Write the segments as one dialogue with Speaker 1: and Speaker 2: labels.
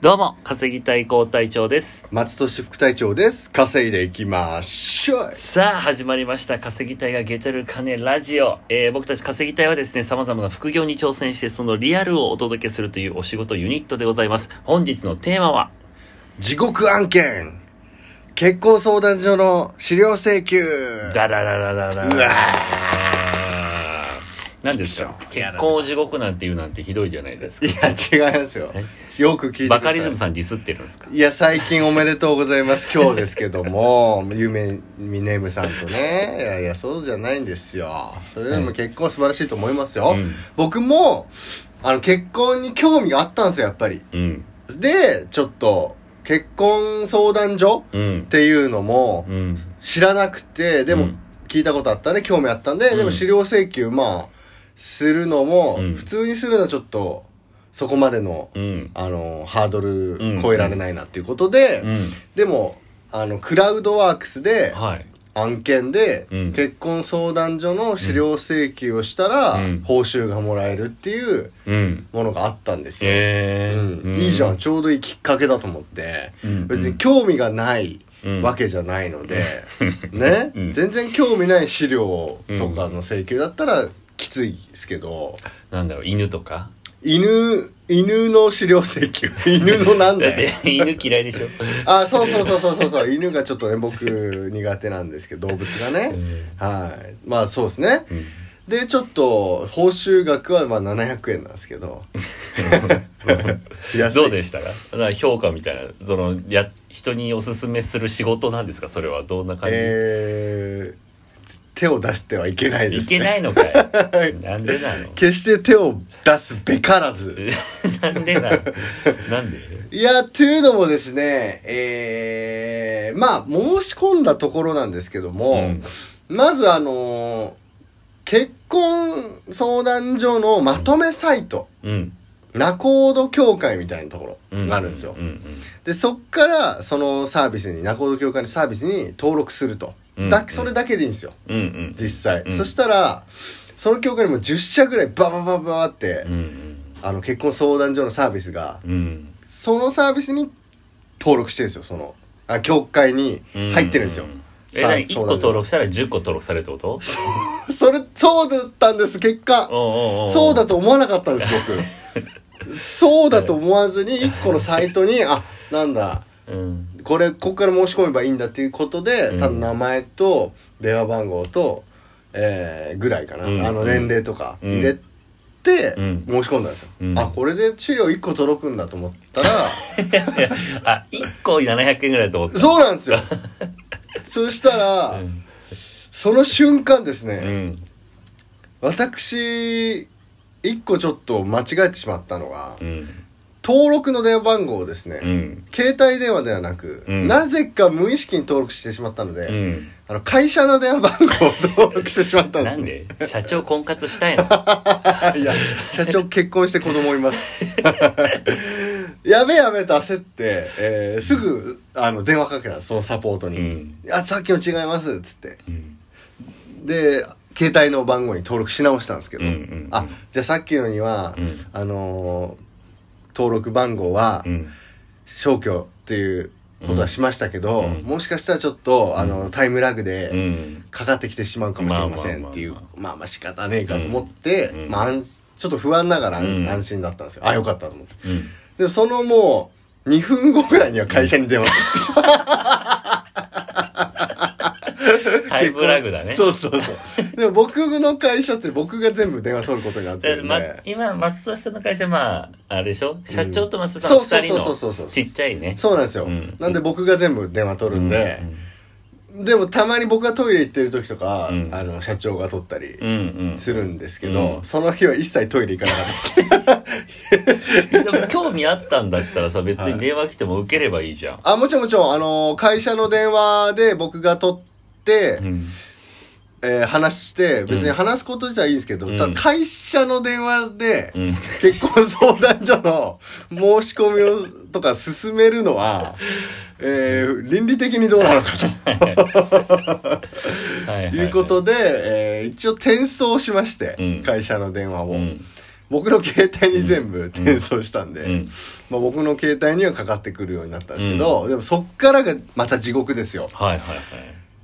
Speaker 1: どうも、稼ぎたい高隊長です。
Speaker 2: 松戸市副隊長です稼いでいきましょう
Speaker 1: さあ、始まりました。稼ぎたいがゲテる金ラジオ。えー僕たち稼ぎたいはですね、様々な副業に挑戦して、そのリアルをお届けするというお仕事ユニットでございます。本日のテーマは、
Speaker 2: 地獄案件結婚相談所の資料請求
Speaker 1: ダラララララ
Speaker 2: うわ
Speaker 1: 何ですか結婚を地獄なんて言うなんてひどいじゃないですか。
Speaker 2: ーいや違いますよよく聞いてください
Speaker 1: バカリズムさんディスってるんですか
Speaker 2: いや最近おめでとうございます今日ですけども 有名ミネームさんとねいやいやそうじゃないんですよそれよりも結婚は素晴らしいと思いますよ、
Speaker 1: うん
Speaker 2: 僕もあの結婚に興味があったんですよやっぱり
Speaker 1: うん。
Speaker 2: でちょっと結婚相談所
Speaker 1: う
Speaker 2: っ
Speaker 1: ん。
Speaker 2: ていうのも
Speaker 1: うん。
Speaker 2: 知らなくてで
Speaker 1: う
Speaker 2: も
Speaker 1: ん
Speaker 2: 聞いたことあったね興味あったんで、で
Speaker 1: うん
Speaker 2: も資料請求まあするのも、
Speaker 1: うん
Speaker 2: 普通にするのはちょっとそこまでの
Speaker 1: うん。
Speaker 2: あのハード
Speaker 1: うん
Speaker 2: ル超えられないなっていうことで、
Speaker 1: うん。
Speaker 2: でもあのクラウドワークスで
Speaker 1: はい。
Speaker 2: 案件で、
Speaker 1: うん
Speaker 2: 結婚相談所の資料請求をしたら、
Speaker 1: うん
Speaker 2: 報酬がもらえるっていう
Speaker 1: うん。
Speaker 2: ものがあったんですよ。
Speaker 1: えー
Speaker 2: うん、いいじゃん。ちょうどいいきっかけだと思って、
Speaker 1: うん
Speaker 2: 別に興味がない
Speaker 1: うん
Speaker 2: わけじゃないので、ね、
Speaker 1: うん
Speaker 2: 全然興味ない資料とかの請求だったらきついですけど、
Speaker 1: なんだろう、犬とか
Speaker 2: 犬犬の資料請求 犬のなん
Speaker 1: だっ
Speaker 2: だよ
Speaker 1: て 犬嫌いでしょ。
Speaker 2: あそうそうそうそうそうそう犬がちょっとね僕苦手なんですけど動物がね、はいまあそうですね、でちょっと報酬額はまあ700円なんですけ ど安い
Speaker 1: どうでしたかなんか評価みたいなそのや人におすすめする仕事なんですかそれはどんな感じ、
Speaker 2: えー手を出してはいけないで
Speaker 1: い
Speaker 2: す
Speaker 1: け
Speaker 2: ね。
Speaker 1: ないのか いなんでなの
Speaker 2: 決して手を出すべからず。
Speaker 1: なんでなのなんで
Speaker 2: いや、というのもですね、えー、まあ、申し込んだところなんですけども、
Speaker 1: うん
Speaker 2: まずあのー結婚相談所のまとめサイト、
Speaker 1: うん
Speaker 2: ナコード協会みたいなとこ
Speaker 1: う
Speaker 2: ろがあるんですよ。
Speaker 1: うんうん
Speaker 2: で、そっから、そのサービスに、ナコード協会のサービスに登録すると。
Speaker 1: うんう
Speaker 2: だ
Speaker 1: ん
Speaker 2: それだけでいいんですよ。
Speaker 1: うんうん
Speaker 2: 実際、
Speaker 1: うん
Speaker 2: そしたらその教会にも10社ぐらいバババババって、
Speaker 1: うん
Speaker 2: あの結婚相談所のサービスが
Speaker 1: うんうん
Speaker 2: そのサービスに登録してるんですよそのあ教会に
Speaker 1: うん
Speaker 2: 入ってるんですよ、
Speaker 1: え
Speaker 2: さあ
Speaker 1: 何1個
Speaker 2: そうなんです
Speaker 1: 登録したら10個登録されるってこと
Speaker 2: それそうだったんです結果
Speaker 1: おうおうおう
Speaker 2: そうだと思わなかったんです 僕そうだと思わずに1個のサイトにあなんだ
Speaker 1: うん
Speaker 2: これここから申し込めばいいんだっていうことで、
Speaker 1: うん
Speaker 2: 多分名前と電話番号と、えーぐらいかな、
Speaker 1: うん
Speaker 2: あの年齢とか
Speaker 1: うん
Speaker 2: 入れて
Speaker 1: うん
Speaker 2: 申し込んだんですよ、
Speaker 1: うん
Speaker 2: あこれで資料1個届くんだと思ったら
Speaker 1: あ1個700円ぐらいだと思った
Speaker 2: そうなんですよそしたら、
Speaker 1: うん
Speaker 2: その瞬間ですね、
Speaker 1: うん
Speaker 2: 私1個ちょっと間違えてしまったのが、
Speaker 1: うん
Speaker 2: 登録の電話番号をですね、
Speaker 1: うん
Speaker 2: 携帯電話ではなく、
Speaker 1: うん
Speaker 2: なぜか無意識に登録してしまったので、
Speaker 1: うん
Speaker 2: あの、会社の電話番号を登録してしまったんで
Speaker 1: な
Speaker 2: す
Speaker 1: ん
Speaker 2: ね。
Speaker 1: で社長婚活したいの
Speaker 2: いや、社長結婚して子供います。 やべえやべえと焦って、えーすぐ、あの、電話かけた、そのサポートに。
Speaker 1: うん
Speaker 2: あ、さっきの違います、っつって。
Speaker 1: うん
Speaker 2: で、携帯の番号に登録し直したんですけど、
Speaker 1: うんうんうん
Speaker 2: あ、じゃあさっきのには、
Speaker 1: うん
Speaker 2: あのー登録番号は、
Speaker 1: うん
Speaker 2: 消去っていうことはしましたけど、
Speaker 1: うん
Speaker 2: もしかしたらちょっと、あの、タイムラグで、
Speaker 1: うん
Speaker 2: かかってきてしまうかもしれませんっていう
Speaker 1: まあま
Speaker 2: まあまあ仕方ねえかと思って、
Speaker 1: うん
Speaker 2: まあ安ちょっと不安ながら
Speaker 1: うん
Speaker 2: 安心だったんですよ、あよかったと思って
Speaker 1: うん
Speaker 2: でもそのもう2分後ぐらいには会社に電話
Speaker 1: タイムラグだね
Speaker 2: そうそうそうでも僕の会社って僕が全部電話取ることになって
Speaker 1: だか
Speaker 2: る
Speaker 1: らま
Speaker 2: んで、
Speaker 1: 今、松戸さんの会社、まあ、あれでしょ社長と松戸さん
Speaker 2: そ
Speaker 1: の
Speaker 2: うそう
Speaker 1: 二人
Speaker 2: そうそうそうそ
Speaker 1: の
Speaker 2: う
Speaker 1: ちっちゃいね。
Speaker 2: そうなんですよ、
Speaker 1: うん
Speaker 2: なんで僕が全部電話取るんで、
Speaker 1: う
Speaker 2: でもたまに僕がトイレ行ってる時とか、
Speaker 1: うん
Speaker 2: あの社長が取ったり
Speaker 1: んうん。
Speaker 2: するんですけど、
Speaker 1: うん
Speaker 2: その日は一切トイレ行かなかったです
Speaker 1: でも興味あったんだったらさ、別に電話来ても受ければいいじゃん。
Speaker 2: あ、もちろんもちろん、あのー会社の電話で僕が取って、
Speaker 1: うん
Speaker 2: えー話して、別に話すこと自体はいいんですけど、
Speaker 1: うん
Speaker 2: ただ会社の電話で、
Speaker 1: うん。
Speaker 2: 結婚相談所の申し込みをとか進めるの は、えー倫理的にどうなのか
Speaker 1: はいは
Speaker 2: と
Speaker 1: い。
Speaker 2: いうことで、えー一応転送しまして、
Speaker 1: うん
Speaker 2: 会社の電話を。
Speaker 1: うん。
Speaker 2: 僕の携帯に全部転送したんで、
Speaker 1: うん
Speaker 2: まあ、僕の携帯にはかかってくるようになったんですけど、でもそっからがまた地獄ですよ
Speaker 1: はいはいはい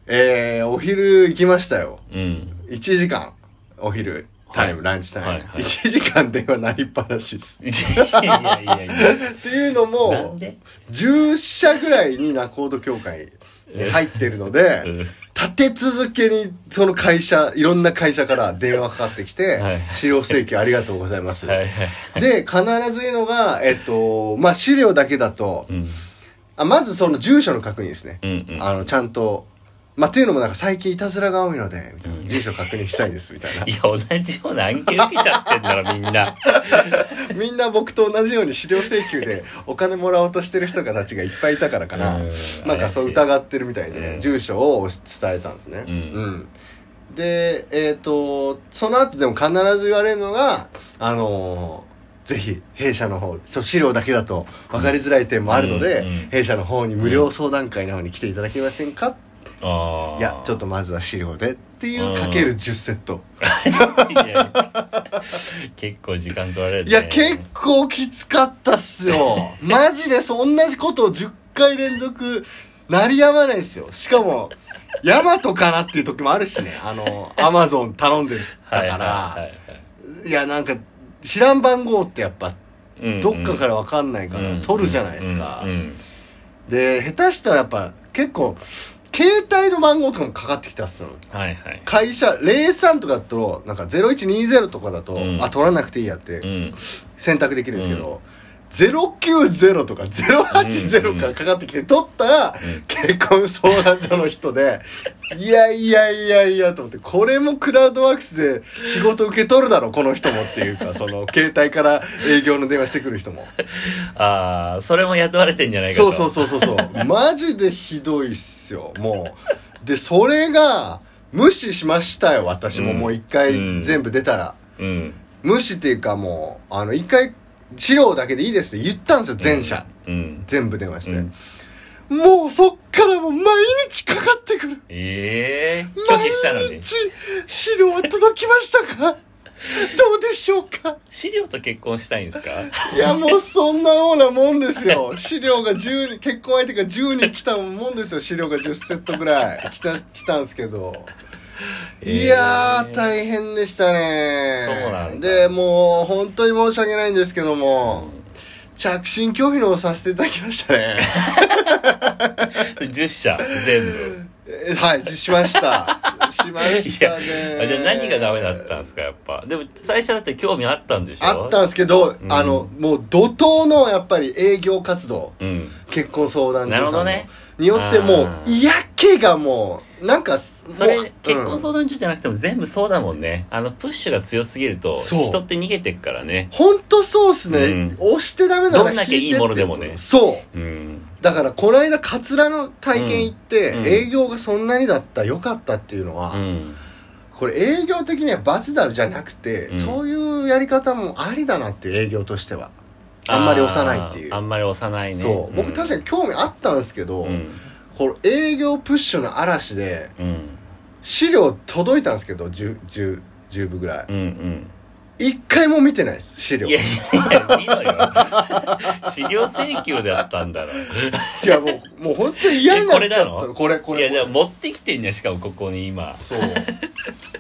Speaker 2: えー、お昼行きましたよ
Speaker 1: うん
Speaker 2: 1時間お昼タイム、ランチタイム、
Speaker 1: はいはい
Speaker 2: 1時間電話なりっぱな しです
Speaker 1: いやいやいやいや
Speaker 2: っていうの
Speaker 1: なん
Speaker 2: も
Speaker 1: で
Speaker 2: 10社ぐらいに仲人協会に入ってるので、
Speaker 1: うん
Speaker 2: 立て続けにその会社いろんな会社から電話かかってきて
Speaker 1: はい
Speaker 2: 「資料請求ありがとうございます」
Speaker 1: はいはい
Speaker 2: で必ず言うのが、えっとまあ、資料だけだと、
Speaker 1: うん
Speaker 2: あまずその住所の確認ですね、
Speaker 1: うんうん
Speaker 2: あのちゃんと、まあ、っていうのもなんか最近いたずらが多いのでみたいな、
Speaker 1: うん
Speaker 2: 住所確認したいですみたい ない
Speaker 1: や同じような案件受けちゃってんだろみんな
Speaker 2: みんな僕と同じように資料請求でお金もらおうとしてる人たちがいっぱいいたからかな、
Speaker 1: うん
Speaker 2: なんかそう疑ってるみたいで、
Speaker 1: うん
Speaker 2: 住所を伝えたんですね、
Speaker 1: うん
Speaker 2: うんでえっ、とその後でも必ず言われるのがあのーぜひ弊社の方ちょ資料だけだと分かりづらい点もあるので、
Speaker 1: うんうん
Speaker 2: 弊社の方に無料相談会の方に来ていただけませんか、
Speaker 1: あー
Speaker 2: いやちょっとまずは資料でっていうかける10セット、
Speaker 1: いや結構時間取られる、ね、
Speaker 2: いや、結構きつかったっ すよ。マジでそん同じことを10回連続、鳴りやまないっすよ。しかも、ヤマトかなっていう時もあるしね。あ の、アマゾン頼んでたから、
Speaker 1: はいはいい
Speaker 2: や、なんか、知らん番号ってやっぱ、
Speaker 1: はいはい、
Speaker 2: どっかかららわかんないから、取るじゃないですか。
Speaker 1: うんうん
Speaker 2: で、下手したらやっぱ、結構、携帯の番号とかもかかってきたっすよ。
Speaker 1: はいはい
Speaker 2: 会社、03とかだと、なんか0120とかだと、
Speaker 1: うん
Speaker 2: あ、取らなくていいやって
Speaker 1: うん
Speaker 2: 選択できるんですけど、090とか080からかかってきて、取ったら、結婚相談所の人で、いやいやいやいやと思って、これもクラウドワークスで仕事受け取るだろ、この人もっていうか、その、携帯から営業の電話してくる人も。
Speaker 1: ああそれも雇われてんじゃないか
Speaker 2: そ
Speaker 1: と
Speaker 2: うそうそうそ うそう。マジでひどいっすよ、もう。で、それが、無視しましたよ、私も。
Speaker 1: うん
Speaker 2: もう一
Speaker 1: う
Speaker 2: 回
Speaker 1: ん
Speaker 2: 全部出たら。
Speaker 1: う、うん、
Speaker 2: 無視っていうかもう、あの、一回、資料だけでいいですって言ったんですよ、全社。
Speaker 1: うん
Speaker 2: 全部電話して、
Speaker 1: うん
Speaker 2: もうそっからもう毎日かかってくる
Speaker 1: ええ拒
Speaker 2: 毎
Speaker 1: 否したのに
Speaker 2: 日資料は届きましたかどうでしょうか
Speaker 1: 資料と結婚したいんですか
Speaker 2: いやもうそんなようなもんですよ資料が10人結婚相手が10人来たもんですよ資料が10セットぐらい来た来たんすけど いやー、
Speaker 1: 変
Speaker 2: 大変でしたね
Speaker 1: そうなんだ
Speaker 2: でもう本当に申し訳ないんですけども、着信拒否のをさせていただきましたね
Speaker 1: 10社全部
Speaker 2: えーはい、ししました。しましたね。
Speaker 1: あじゃあ何がダメだったんですかやっぱでも最初だって興味あったんでしょ
Speaker 2: あったんですけど、
Speaker 1: うん
Speaker 2: あの、もう怒涛のやっぱり営業活動、
Speaker 1: うん
Speaker 2: 結婚相談所
Speaker 1: なる
Speaker 2: さ
Speaker 1: ほ
Speaker 2: んの
Speaker 1: どね
Speaker 2: によっても
Speaker 1: あ
Speaker 2: う、
Speaker 1: ー
Speaker 2: 嫌気がもう、なんか、
Speaker 1: それ
Speaker 2: もう
Speaker 1: 結婚
Speaker 2: うん
Speaker 1: 相談所じゃなくても全部そうだもんねあのプッシュが強すぎると
Speaker 2: そう
Speaker 1: 人って逃げてくからね
Speaker 2: ほんとそうっすね、
Speaker 1: うん
Speaker 2: 押してダメなら
Speaker 1: どんだけ
Speaker 2: 引てって
Speaker 1: いいものでもね
Speaker 2: そう。
Speaker 1: うん
Speaker 2: だから、この間、カツラの体験行って、
Speaker 1: うんうん
Speaker 2: 営業がそんなにだった、良かったっていうのは、
Speaker 1: うん
Speaker 2: これ営業的には罰だじゃなくて、
Speaker 1: うん
Speaker 2: そういうやり方もありだなっていう営業としてはあんまり押さないっていう
Speaker 1: あーあんまり押さないね
Speaker 2: そう僕確か
Speaker 1: に
Speaker 2: に興味あったんですけど、
Speaker 1: うん
Speaker 2: この営業プッシュの嵐で
Speaker 1: うん
Speaker 2: 資料届いたんですけど 10, 10, 10部ぐらい
Speaker 1: うん
Speaker 2: 一回も見てないです資
Speaker 1: う
Speaker 2: 料
Speaker 1: んい
Speaker 2: いや
Speaker 1: やいやいや見ろ よ資料請求であったんだろ
Speaker 2: もうもう本当に嫌になっちゃった
Speaker 1: え
Speaker 2: これこ
Speaker 1: いや
Speaker 2: れ
Speaker 1: じゃあ持ってきてんねしかもここに今、はい、
Speaker 2: そう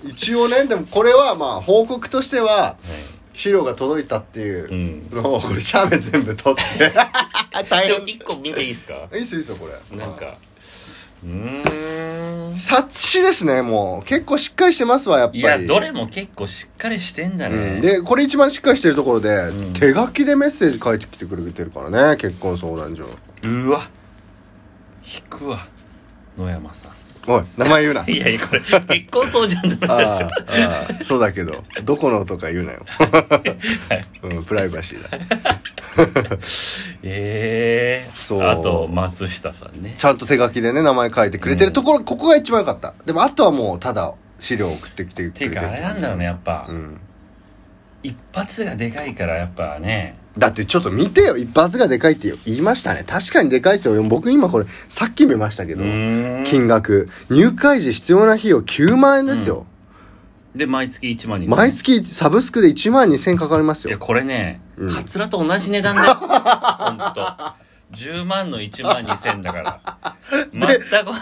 Speaker 2: 一応ねでもこれはまあ報告としては資料が届いたっていううんのをこれ写メ全部取って 大
Speaker 1: で
Speaker 2: 変
Speaker 1: も一個見ていいですか
Speaker 2: いいっすよいいっすよこれ
Speaker 1: なんかうーん
Speaker 2: 察しですねもう結構しっかりしてますわやっぱり
Speaker 1: いやどれも結構しっかりしてんだね、
Speaker 2: うん、でこれ一番しっかりしてるところで、
Speaker 1: ん
Speaker 2: 手書きでメッセージ書いてきてくれてるからね結婚相談所
Speaker 1: うわ引くわ野山さ
Speaker 2: おい名前言うな
Speaker 1: んいやいやこれ結婚相談所の
Speaker 2: あ
Speaker 1: 話
Speaker 2: あああそうだけどどこのとか言うなよ、うん、プライバシーだ
Speaker 1: ええ
Speaker 2: そう
Speaker 1: あと松下さんね
Speaker 2: ちゃんと手書きでね名前書いてくれてるところ、ここが一番良かったでもあとはもうただ資料送ってきてくれ
Speaker 1: っててい
Speaker 2: る
Speaker 1: うかあれなんだろうねやっぱ、
Speaker 2: うん、
Speaker 1: 一発がでかいからやっぱね
Speaker 2: だってちょっと見てよ一発がでかいって言いましたね確かにでかいですよ僕今これさっき見ましたけ
Speaker 1: う
Speaker 2: ど、
Speaker 1: ーん
Speaker 2: 金額入会時必要な費用9万円ですよ、
Speaker 1: で、毎月1万2000円。
Speaker 2: 毎月サブスクで1万2000かかります
Speaker 1: いや、
Speaker 2: よ。
Speaker 1: これね、
Speaker 2: うん
Speaker 1: カツラと同じ値段だよ。ほんと。10万の1万2000だから。全く 同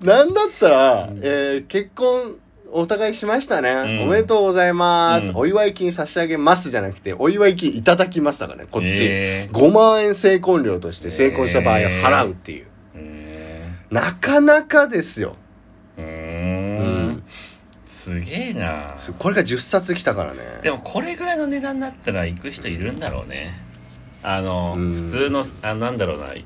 Speaker 1: じ。
Speaker 2: なんだったら、
Speaker 1: うん
Speaker 2: えー結婚お互いしましたね、
Speaker 1: うん
Speaker 2: おめでとうございます、
Speaker 1: うん
Speaker 2: お祝い金差し上げますじゃなくて、お祝い金いただきますだからね、こっち。
Speaker 1: えー
Speaker 2: 5万円成婚料として成婚した場合は払うっていう。
Speaker 1: え
Speaker 2: なかなかですよ。
Speaker 1: ーう
Speaker 2: う
Speaker 1: ーん
Speaker 2: ん。
Speaker 1: すげえな
Speaker 2: そうこれが10冊来たからね。
Speaker 1: でもこれぐらいの値段だったら行く人いるんだろうねあの
Speaker 2: うん
Speaker 1: 普通のあなんだろうな
Speaker 2: うん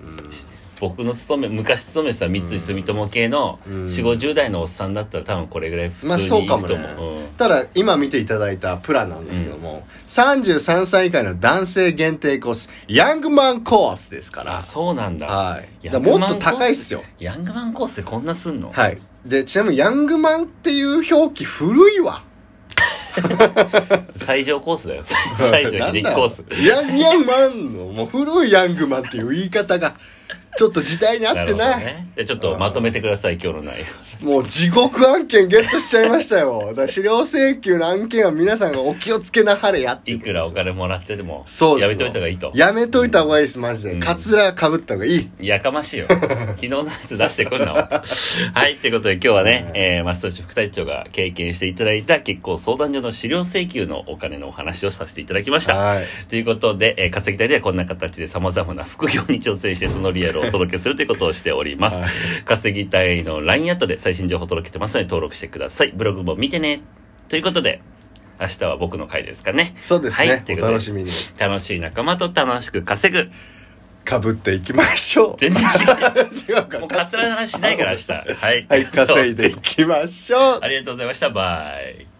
Speaker 1: 僕の勤め昔勤めてた三井住友系の
Speaker 2: うん
Speaker 1: 4 5 0代のおっさんだったら多分これぐらい普
Speaker 2: まあ
Speaker 1: 通
Speaker 2: そ
Speaker 1: に
Speaker 2: う
Speaker 1: 行
Speaker 2: か
Speaker 1: く
Speaker 2: も
Speaker 1: と
Speaker 2: ね
Speaker 1: 思う,、うん
Speaker 2: ただ今見ていただいたプランなんですけども、33歳以下の男性限定コースヤングマンコースですか
Speaker 1: あ
Speaker 2: ら
Speaker 1: そうなんだ、
Speaker 2: はい
Speaker 1: ヤ
Speaker 2: だから
Speaker 1: ングマン
Speaker 2: もっと高いっすよ
Speaker 1: ヤングマンコースでこんなすんの、
Speaker 2: はいでちなみにヤングマンっていう表記古いわ
Speaker 1: 最上コース だよ最上
Speaker 2: なん
Speaker 1: 秀
Speaker 2: だ
Speaker 1: 樹
Speaker 2: よ
Speaker 1: コース
Speaker 2: ヤンヤングマンのもう古いヤングマンっていう言い方がちょっと時代に合ってない
Speaker 1: ねじゃあちょっとまとめてください今日の内容
Speaker 2: もう地獄案件ゲットしちゃいましたよだから資料請求の案件は皆さんがお気をつけなはれやって
Speaker 1: い
Speaker 2: こ
Speaker 1: く
Speaker 2: とです
Speaker 1: らお金もらってでも
Speaker 2: そうで
Speaker 1: や
Speaker 2: すよ
Speaker 1: めといた方がいいと
Speaker 2: やめといた方がいいですマジ
Speaker 1: う
Speaker 2: で
Speaker 1: ん
Speaker 2: カツラかぶった方がいい
Speaker 1: やかましい よ。昨日のやつ出してくんな。はい、ということで今日はね、えー、松戸副隊長が経験していただいた結婚相談所の資料請求のお金のお話をさせていただきました。
Speaker 2: はい
Speaker 1: ということで、えー、稼ぎ隊ではこんな形で様々な副業に挑戦してそのリアルをお届けするということをしております。
Speaker 2: はい
Speaker 1: 稼ぎ隊の LINE アットで最新情報を届けてますので登録してください。ブログも見てね。ということで、明日は僕の回ですかね。
Speaker 2: そうですね、
Speaker 1: はいという
Speaker 2: お
Speaker 1: ことで
Speaker 2: 楽しみに
Speaker 1: 楽しい仲間と楽しく稼ぐ。
Speaker 2: かぶっていきましょう
Speaker 1: 全 然違う。
Speaker 2: 違うか
Speaker 1: もうカツラの話しないから明日。はい。
Speaker 2: はい稼いでいきましょう
Speaker 1: ありがとうございました。バイ。